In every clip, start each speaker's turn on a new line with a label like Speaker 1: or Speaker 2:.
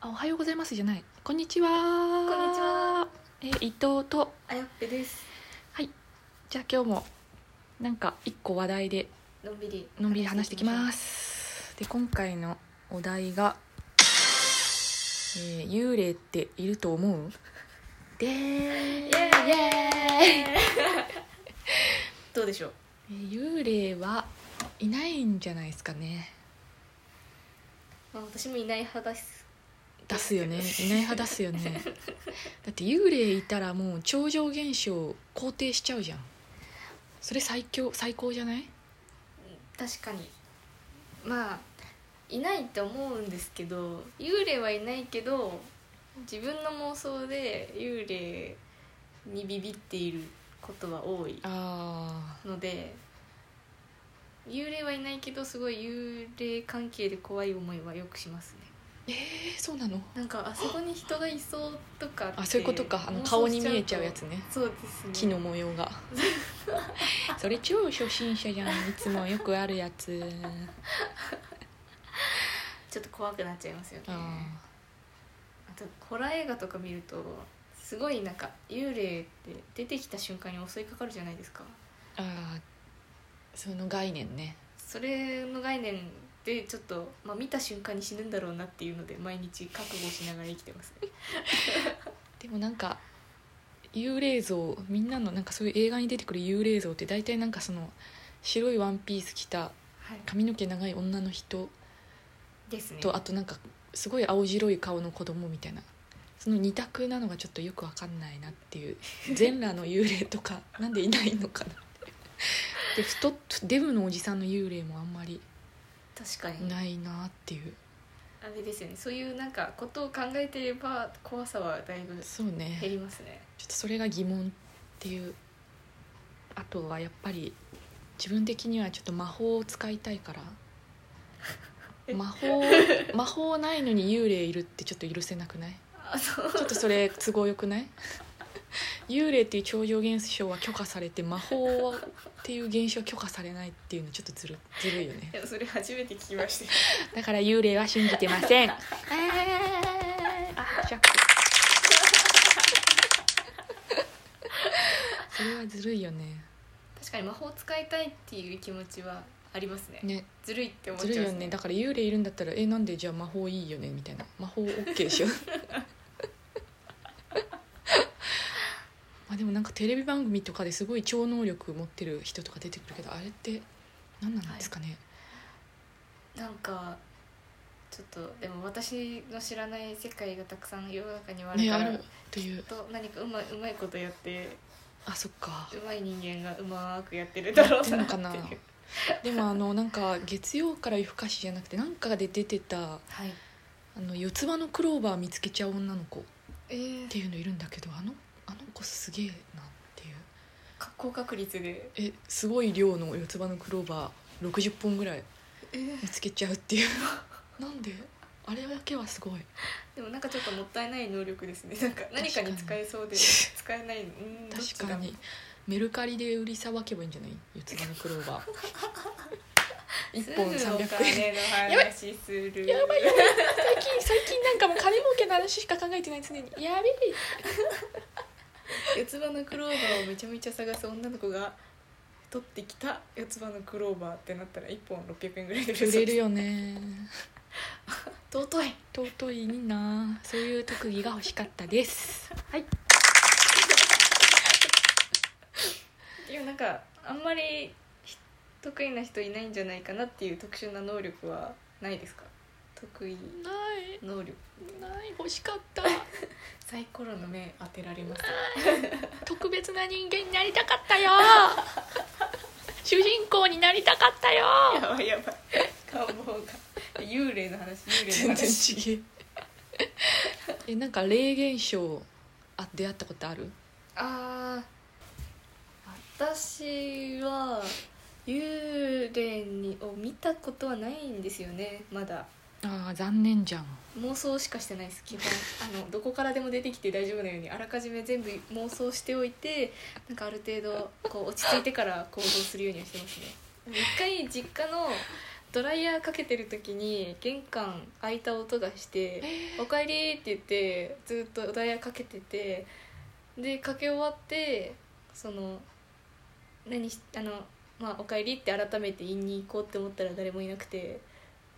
Speaker 1: あおはようございますじゃないこんにちはこん
Speaker 2: にちは
Speaker 1: え伊藤と
Speaker 2: あやっぺです
Speaker 1: じゃあ今日もなんか一個話題で
Speaker 2: のんびり
Speaker 1: のんびり話してきますすで今回のお題が、えー幽霊っていると思う?」でー
Speaker 2: イ
Speaker 1: イ
Speaker 2: エーイ
Speaker 1: イ
Speaker 2: どうでしょう
Speaker 1: えー幽霊はいないんじゃないですかね
Speaker 2: まあ私もいない派です
Speaker 1: 出す よねいない派出すよねだって幽霊いたらもう超常現象肯定しちゃうじゃんそれ最強最高じゃない
Speaker 2: 確かにまあいないって思うんですけど幽霊はいないけど自分の妄想で幽霊にビビっていることは多い
Speaker 1: あ
Speaker 2: ので幽霊はいないけどすごい幽霊関係で怖い思いはよくしますね
Speaker 1: ーえーそうなの
Speaker 2: なんかあそこに人がいそうとかって
Speaker 1: あそういうことかあの
Speaker 2: 妄想
Speaker 1: 顔に
Speaker 2: し
Speaker 1: 見えちゃうやつ
Speaker 2: ね
Speaker 1: ね
Speaker 2: そうですね
Speaker 1: 木の模様 がそれ超初心者じゃんいつもよくあるやつ
Speaker 2: ちょっと怖くなっちゃいますよね
Speaker 1: あ
Speaker 2: あとホラー映画とか見るとすごいなんか幽霊って出てきた瞬間に襲いかかるじゃないですか
Speaker 1: ーあーその概念ね
Speaker 2: それの概念でちょっと、まあ、見た瞬間に死ぬんだろうなっていうので毎日覚悟しながら生きてますね
Speaker 1: でもなんか幽霊像みんなのなんかそういう映画に出てくる幽霊像って大体なんかその白いワンピース着た
Speaker 2: はい
Speaker 1: 髪の毛長い女の人
Speaker 2: ですね
Speaker 1: とあとなんかすごい青白い顔の子供みたいなその二択なのがちょっとよくわかんないなっていう全裸の幽霊とかなんでいないのかなで太っデブのおじさんの幽霊もあんまり
Speaker 2: 確かに
Speaker 1: ないなっていう
Speaker 2: あれですよねそういうなんかことを考えてれば怖さはだいぶ
Speaker 1: そうね
Speaker 2: 減りますね
Speaker 1: ちょっとそれが疑問っていうあとはやっぱり自分的にはちょっと魔法を使いたい から魔法魔法ないのに幽霊いるってちょっと許せなくない
Speaker 2: あそう
Speaker 1: ちょっとそれ都合よくない幽霊っていう超常現象は許可されて魔法っていう現象は許可されないっていうのちょっとずるずるいよね
Speaker 2: でもそれ初めて聞きま した
Speaker 1: だから幽霊は信じてませんあショックそれはずるいよね
Speaker 2: 確かに魔法使いたいっていう気持ちはありますね
Speaker 1: ね
Speaker 2: ずるいって思っ
Speaker 1: ず
Speaker 2: ち
Speaker 1: る
Speaker 2: ゃい
Speaker 1: い
Speaker 2: ま
Speaker 1: よ
Speaker 2: す
Speaker 1: ねだから幽霊いるんだったらえなんでじゃあ魔法いいよねみたいな魔法 OK でしょまあでもなんかテレビ番組とかですごい超能力持ってる人とか出てくるけどあれって何なんですかね、
Speaker 2: なんかちょっとでも私の知らない世界がたくさん世の中にはある
Speaker 1: ね
Speaker 2: か
Speaker 1: あ
Speaker 2: ら、
Speaker 1: るという
Speaker 2: と何かうまいうまいことやって
Speaker 1: あそっか
Speaker 2: うまい人間がうまくやってるだろうなっていう
Speaker 1: やってんのかな
Speaker 2: は
Speaker 1: でもあのなんか月曜から夜更かしじゃなくてなんかで出てた
Speaker 2: い
Speaker 1: あの四つ葉のクローバー見つけちゃう女の子っ
Speaker 2: えー、
Speaker 1: ていうのいるんだけどあのあの子すげえなっていう
Speaker 2: 高確率で
Speaker 1: えすごい量の四つ葉のクローバー60本ぐらい
Speaker 2: えー
Speaker 1: 見つけちゃうっていう なんであれだけはすごい
Speaker 2: でもなんかちょっともったいない能力ですねなんか何かに使えそ うで
Speaker 1: 確
Speaker 2: 使えないうんどっち
Speaker 1: 確か
Speaker 2: だ
Speaker 1: にメルカリで売りさばけばいいんじゃない四つ葉のクローバ ー
Speaker 2: す
Speaker 1: 1
Speaker 2: ぐお
Speaker 1: 本
Speaker 2: 金
Speaker 1: 300
Speaker 2: の
Speaker 1: 円
Speaker 2: 話する
Speaker 1: やばいやばい最近最近なんかもう金儲けの話しか考えてない常にやべえ
Speaker 2: 四つ葉のクローバーをめちゃめちゃ探す女の子が取ってきた四つ葉のクローバーってなったら1本600円ぐらいで
Speaker 1: 売れるよね
Speaker 2: 尊い
Speaker 1: 尊いなそういう特技が欲しかったですはい
Speaker 2: いやなんかあんまりひ得意な人いないんじゃないかなっていう特殊な能力はないですか得意
Speaker 1: ない
Speaker 2: 能力
Speaker 1: ない欲しか った
Speaker 2: サイコロの目当てられます
Speaker 1: 特別な人間になりたか ったよ主人公になりたかったよ
Speaker 2: やばいやばい願望が幽霊の話幽霊
Speaker 1: 全
Speaker 2: の
Speaker 1: 然
Speaker 2: 話
Speaker 1: ちげええなんか霊現象あ出会ったことある
Speaker 2: あー私は幽霊にを見たことはないんですよねまだ
Speaker 1: あー残念じゃん
Speaker 2: 妄想しかしてないです基本あのどこからでも出てきて大丈夫なようにあらかじめ全部妄想しておいてなんかある程度こう落ち着いてから行動するようにはしてますね一回実家のドライヤーかけてる時に玄関開いた音がして「おかえり」って言ってずっとドライヤーかけててでかけ終わってその何しあの、まあ「おかえり」って改めて言いに行こうって思ったら誰もいなくて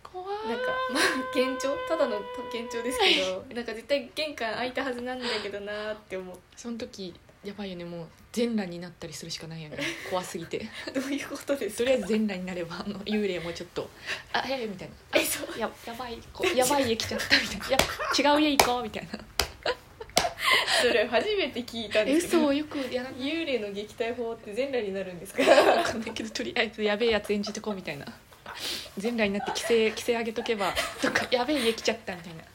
Speaker 1: 怖
Speaker 2: なんかまあ幻聴ただの幻聴ですけどなんか絶対玄関開いたはずなんだけどなーって思う
Speaker 1: その時やばいよねもう全裸になったりするしかないよね怖すぎ て
Speaker 2: どういうことです
Speaker 1: と
Speaker 2: か
Speaker 1: りあえず全裸になればあの幽霊もちょっと「あえみたいな「
Speaker 2: えそう
Speaker 1: あややばいこやばい家来ちゃった」みた いなや「違う家行こう」みたいな
Speaker 2: それ初めて聞い
Speaker 1: 「
Speaker 2: たん
Speaker 1: え
Speaker 2: ですけ
Speaker 1: 嘘
Speaker 2: ど
Speaker 1: よくやらない
Speaker 2: 幽霊の撃退法って全裸になるんですか
Speaker 1: わかんないけどとりあえずやべえやつ演じとこう」みたいな全裸になって規制規制上げとけばとか「やべえ家来ちゃった」みたいな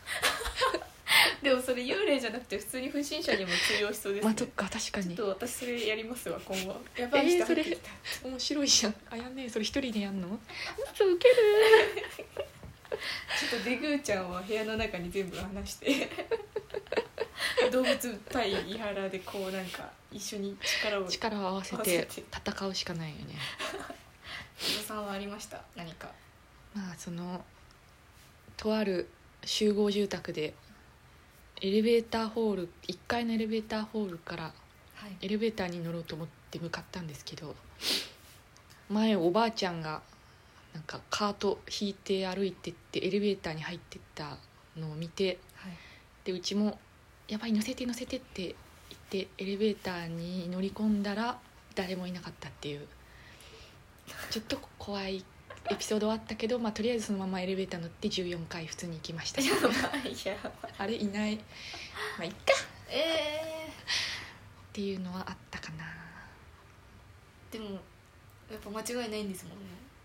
Speaker 2: でもそれ幽霊じゃなくて普通に不審者にも通用しそうです、
Speaker 1: ま
Speaker 2: ね
Speaker 1: あそっか確か
Speaker 2: ちょっ
Speaker 1: に
Speaker 2: と私それやりますわ今後やばい人入ってきた、
Speaker 1: 面白いじゃんあやねえそれ一人でやんの嘘ウケる
Speaker 2: ちょっとデグーちゃんは部屋の中に全部話して 動物対伊原でこうなんか一緒に力を伊
Speaker 1: 力を合わせて戦うしかないよね
Speaker 2: 藤さんはありました何か
Speaker 1: まあそのとある集合住宅でエレベーターホール1階のエレベーターホールから
Speaker 2: はい
Speaker 1: エレベーターに乗ろうと思って向かったんですけど前おばあちゃんがなんかカート引いて歩いてってエレベーターに入ってったのを見て
Speaker 2: はい
Speaker 1: でうちも「やばい乗せて乗せて」って言ってエレベーターに乗り込んだら誰もいなかったっていうちょっと怖いエピソードはあったけど、まあ、とりあえずそのままエレベーター乗って14階普通に行きま した
Speaker 2: やばいやばい
Speaker 1: あれいないまあいっかっ
Speaker 2: え
Speaker 1: ていうのはあったかな
Speaker 2: ー、でもやっぱ間違いないんですもんね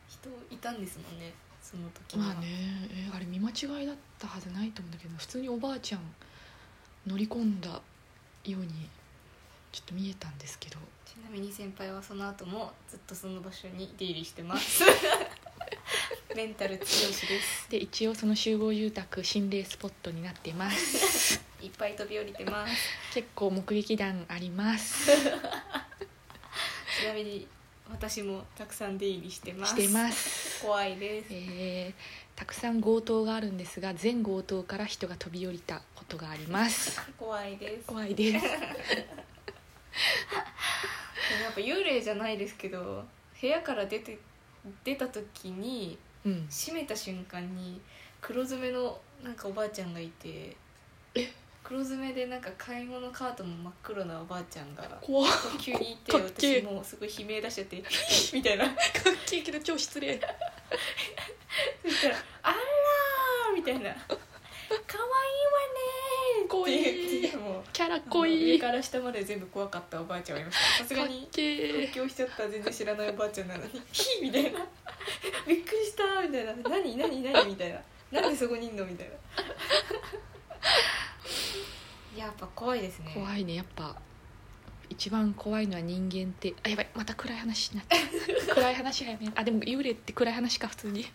Speaker 2: 人いたんですもんねその時は
Speaker 1: まあね、えーあれ見間違いだったはずないと思うんだけど普通におばあちゃん乗り込んだようにちょっと見えたんですけど
Speaker 2: ちなみに先輩はその後もずっとその場所に出入りしてますメンタル強しです
Speaker 1: で一応その集合住宅心霊スポットになってます
Speaker 2: いっぱい飛び降りてます
Speaker 1: 結構目撃談あります
Speaker 2: ちなみに私もたくさん出入りしてます
Speaker 1: してます、
Speaker 2: 怖いです
Speaker 1: えーたくさん強盗があるんですが全強盗から人が飛び降りたことがあります
Speaker 2: 怖いで す
Speaker 1: 怖いです
Speaker 2: でもやっぱ幽霊じゃないですけど部屋から出て出た時に
Speaker 1: うん
Speaker 2: 閉めた瞬間に黒ずめのなんかおばあちゃんがいて黒ずめでなんか買い物カートの真っ黒なおばあち ゃんが
Speaker 1: 怖っ
Speaker 2: 急にいて
Speaker 1: かっけえ
Speaker 2: 私もうすごい悲鳴出しちゃって 「みたいな
Speaker 1: かっけえけど超失礼
Speaker 2: そしたら「あらー」みたいな「かわいいわねー」
Speaker 1: 濃い
Speaker 2: って言ってもう
Speaker 1: キャラ
Speaker 2: あの
Speaker 1: 濃い
Speaker 2: 上
Speaker 1: かっ
Speaker 2: から下まで全部怖かったおばあちゃんはいましたさすがに
Speaker 1: け
Speaker 2: 勉
Speaker 1: え
Speaker 2: 強しちゃった全然知らないおばあちゃん なのに「ひ」みたいな「びっくりした」みたいな「何何何」みたいな「なんでそこにいんの?」みたいなやっぱ怖いですね
Speaker 1: 怖いねやっぱ一番怖いのは人間ってあやばいまた暗い話になっちゃう暗い話早めあでも幽霊って暗い話か普通に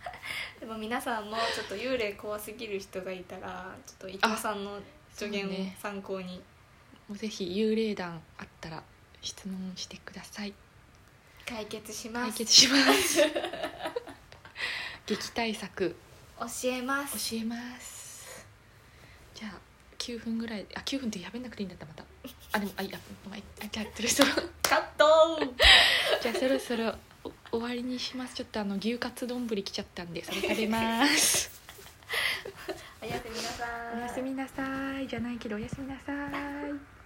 Speaker 2: でも皆さんもちょっと幽霊怖すぎる人がいたらちょっと伊藤さんの助言を
Speaker 1: そうね
Speaker 2: 参考に、
Speaker 1: もうぜひ幽霊談あったら質問してください
Speaker 2: 解決しま
Speaker 1: 解
Speaker 2: す
Speaker 1: 決します撃退策
Speaker 2: 教えます
Speaker 1: 教えますじゃあ9分ぐらいあ9分ってやべなくていいんだったまたあでもあいやまあいあじゃあそろそろ
Speaker 2: カット
Speaker 1: じゃあそろそろお終わりにしますちょっとあの牛カツ丼来ちゃったんでそれ食べます
Speaker 2: おやすみなさ
Speaker 1: おやすみなさいじゃないけどおやすみなさい